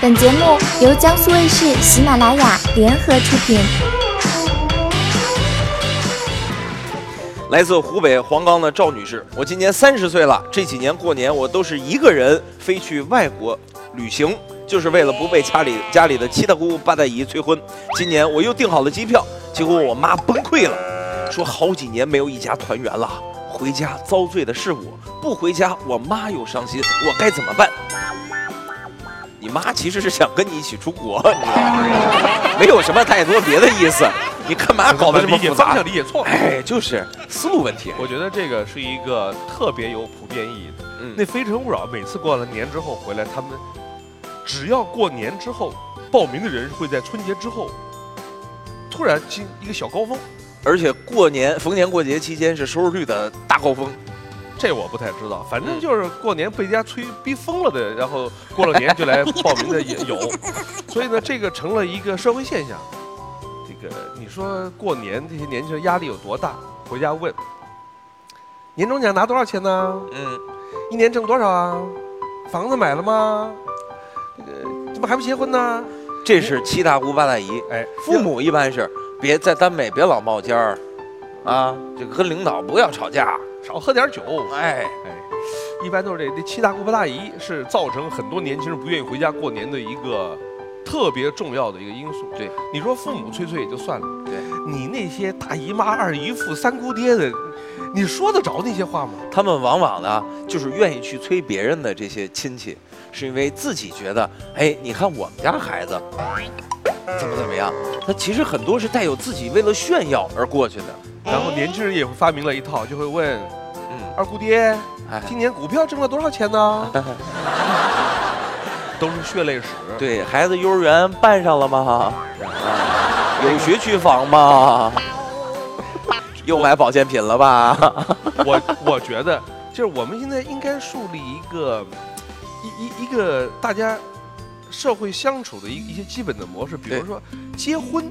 本节目由江苏卫视、喜马拉雅联合出品。来自湖北黄冈的赵女士，我今年三十岁了，这几年过年我都是一个人飞去外国旅行，就是为了不被家里家里的七大姑八大姨催婚。今年我又订好了机票，结果我妈崩溃了，说好几年没有一家团圆了，回家遭罪的是我，不回家我妈又伤心，我该怎么办？你妈其实是想跟你一起出国， 你知道吗？没有什么太多别的意思，你干嘛搞得这么理解复方杂向？理解错了。哎，就是思路问题。我觉得这个是一个特别有普遍意义的。嗯那《非诚勿扰》每次过了年之后回来，他们只要过年之后报名的人会在春节之后突然进一个小高峰，而且过年逢年过节期间是收视率的大高峰，这我不太知道。反嗯正就是过年被人家催逼疯了的，然后过了年就来报名的也有，所以呢，这个成了一个社会现象。这个你说过年这些年轻人压力有多大？回家问，年终奖拿多少钱呢？嗯，一年挣多少啊？房子买了吗？这个怎么还不结婚呢？这是七大姑八大姨，哎，父母一般是别在单位别老冒尖儿，啊，这个跟领导不要吵架，少喝点酒。哎，哎，一般都是这这七大姑八大姨是造成很多年轻人不愿意回家过年的一个特别重要的一个因素。对，你说父母催催也就算了，对你那些大姨妈、二姨父、三姑爹的，你说得着那些话吗？他们往往呢就是愿意去催别人的这些亲戚，是因为自己觉得，哎，你看我们家孩子怎么怎么样，他其实很多是带有自己为了炫耀而过去的，然后年轻人也会发明了一套，就会问嗯，二姑爹，哎，今年股票挣了多少钱呢？都是血泪史。对孩子幼儿园办上了 吗？啊有学区房吗？又买保健品了吧？ 我我觉得，就是我们现在应该树立一个一一一个大家社会相处的一一些基本的模式，比对如说结婚、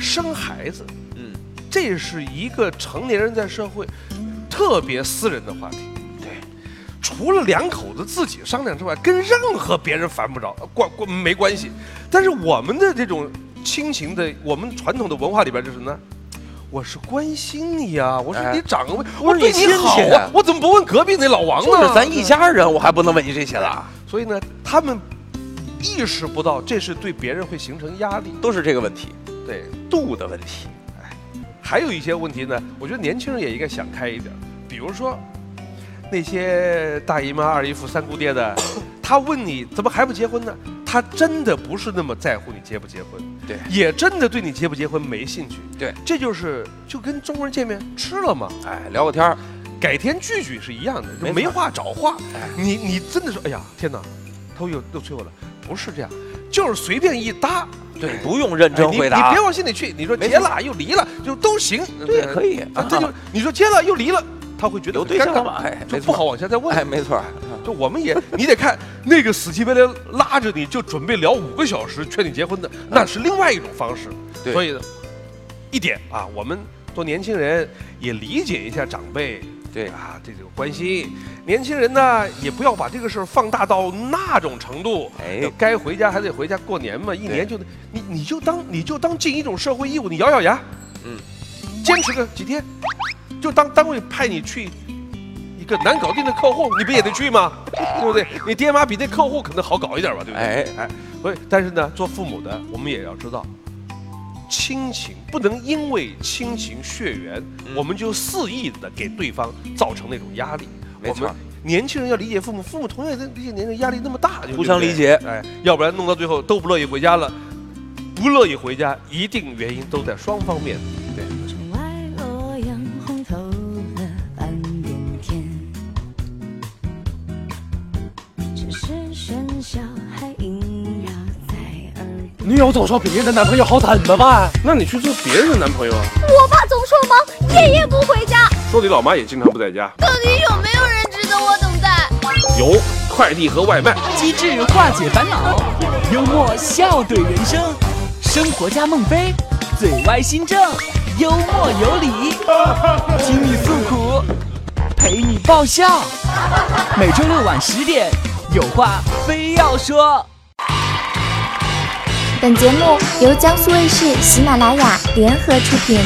生孩子，嗯，这是一个成年人在社会特别私人的话题。对，除了两口子自己商量之外，跟任何别人烦不着，关关没关系。但是我们的这种亲情的，我们传统的文化里边就是呢，我是关心你呀、我是哎你长辈，我我是对你亲你好戚啊，我怎么不问隔壁那老王呢？就是咱一家人，我还不能问你这些了，所以呢，他们意识不到这是对别人会形成压力。都是这个问题，对，度的问题。还有一些问题呢，我觉得年轻人也应该想开一点，比如说那些大姨妈、二姨夫、三姑 爹的，他问你怎么还不结婚呢？他真的不是那么在乎你结不结婚，对也真的对你结不结婚没兴趣，对，这就是就跟中国人见面吃了嘛，哎，聊个天儿，改天聚聚是一样的，没就错没话找话哎。你你真的说，哎呀，天哪，他又又催我了，不是这样，就是随便一搭，对，不用认哎真你回你答别，往心里去。你说没结错了又离了，就都行。对，可以。以，啊，这就你说结了又离了，他会觉得有很对尴象尬了，哎，就没不错，好往下再问。哎，没错，就 我们也，你得看那个死乞白赖拉着你就准备聊五个小时劝你结婚的，那是另外一种方式。嗯对所以呢，一点啊，我们做年轻人也理解一下长辈。对啊，这种关心，年轻人呢也不要把这个事儿放大到那种程度。哎要该回家还得回家过年嘛，一年就你你就当你就当尽一种社会义务，你咬咬牙，嗯，坚持个几天，就当单位派你去一个难搞定的客户，你不也得 去吗？对不对？你爹妈比那客户可能好搞一点吧，对不对？哎哎，所以但是呢，做父母的我们也要知道，亲情不能因为亲情血缘，嗯我们就肆意的给对方造成那种压力。没错我们年轻人要理解父母，父母同样也理解年轻人压力那么大，互相对理不对解。哎，要不然弄到最后都不乐意回家了，不乐意回家，一定原因都在双方面。窗外洛阳红透了半边天，只是喧嚣还萦绕在耳边。女友总说别人的男朋友好怎么办？那你去做别人的男朋友啊？我爸总说忙，夜夜不回家。说你老妈也经常不在家，到底有没有人值得我等待？有快递和外卖。机智化解烦恼，幽默笑对人生，生活加孟非，嘴歪心正，幽默有礼，听你诉苦，陪你爆笑。每周六晚十点，有话非要说。本节目由江苏卫视、喜马拉雅联合出品。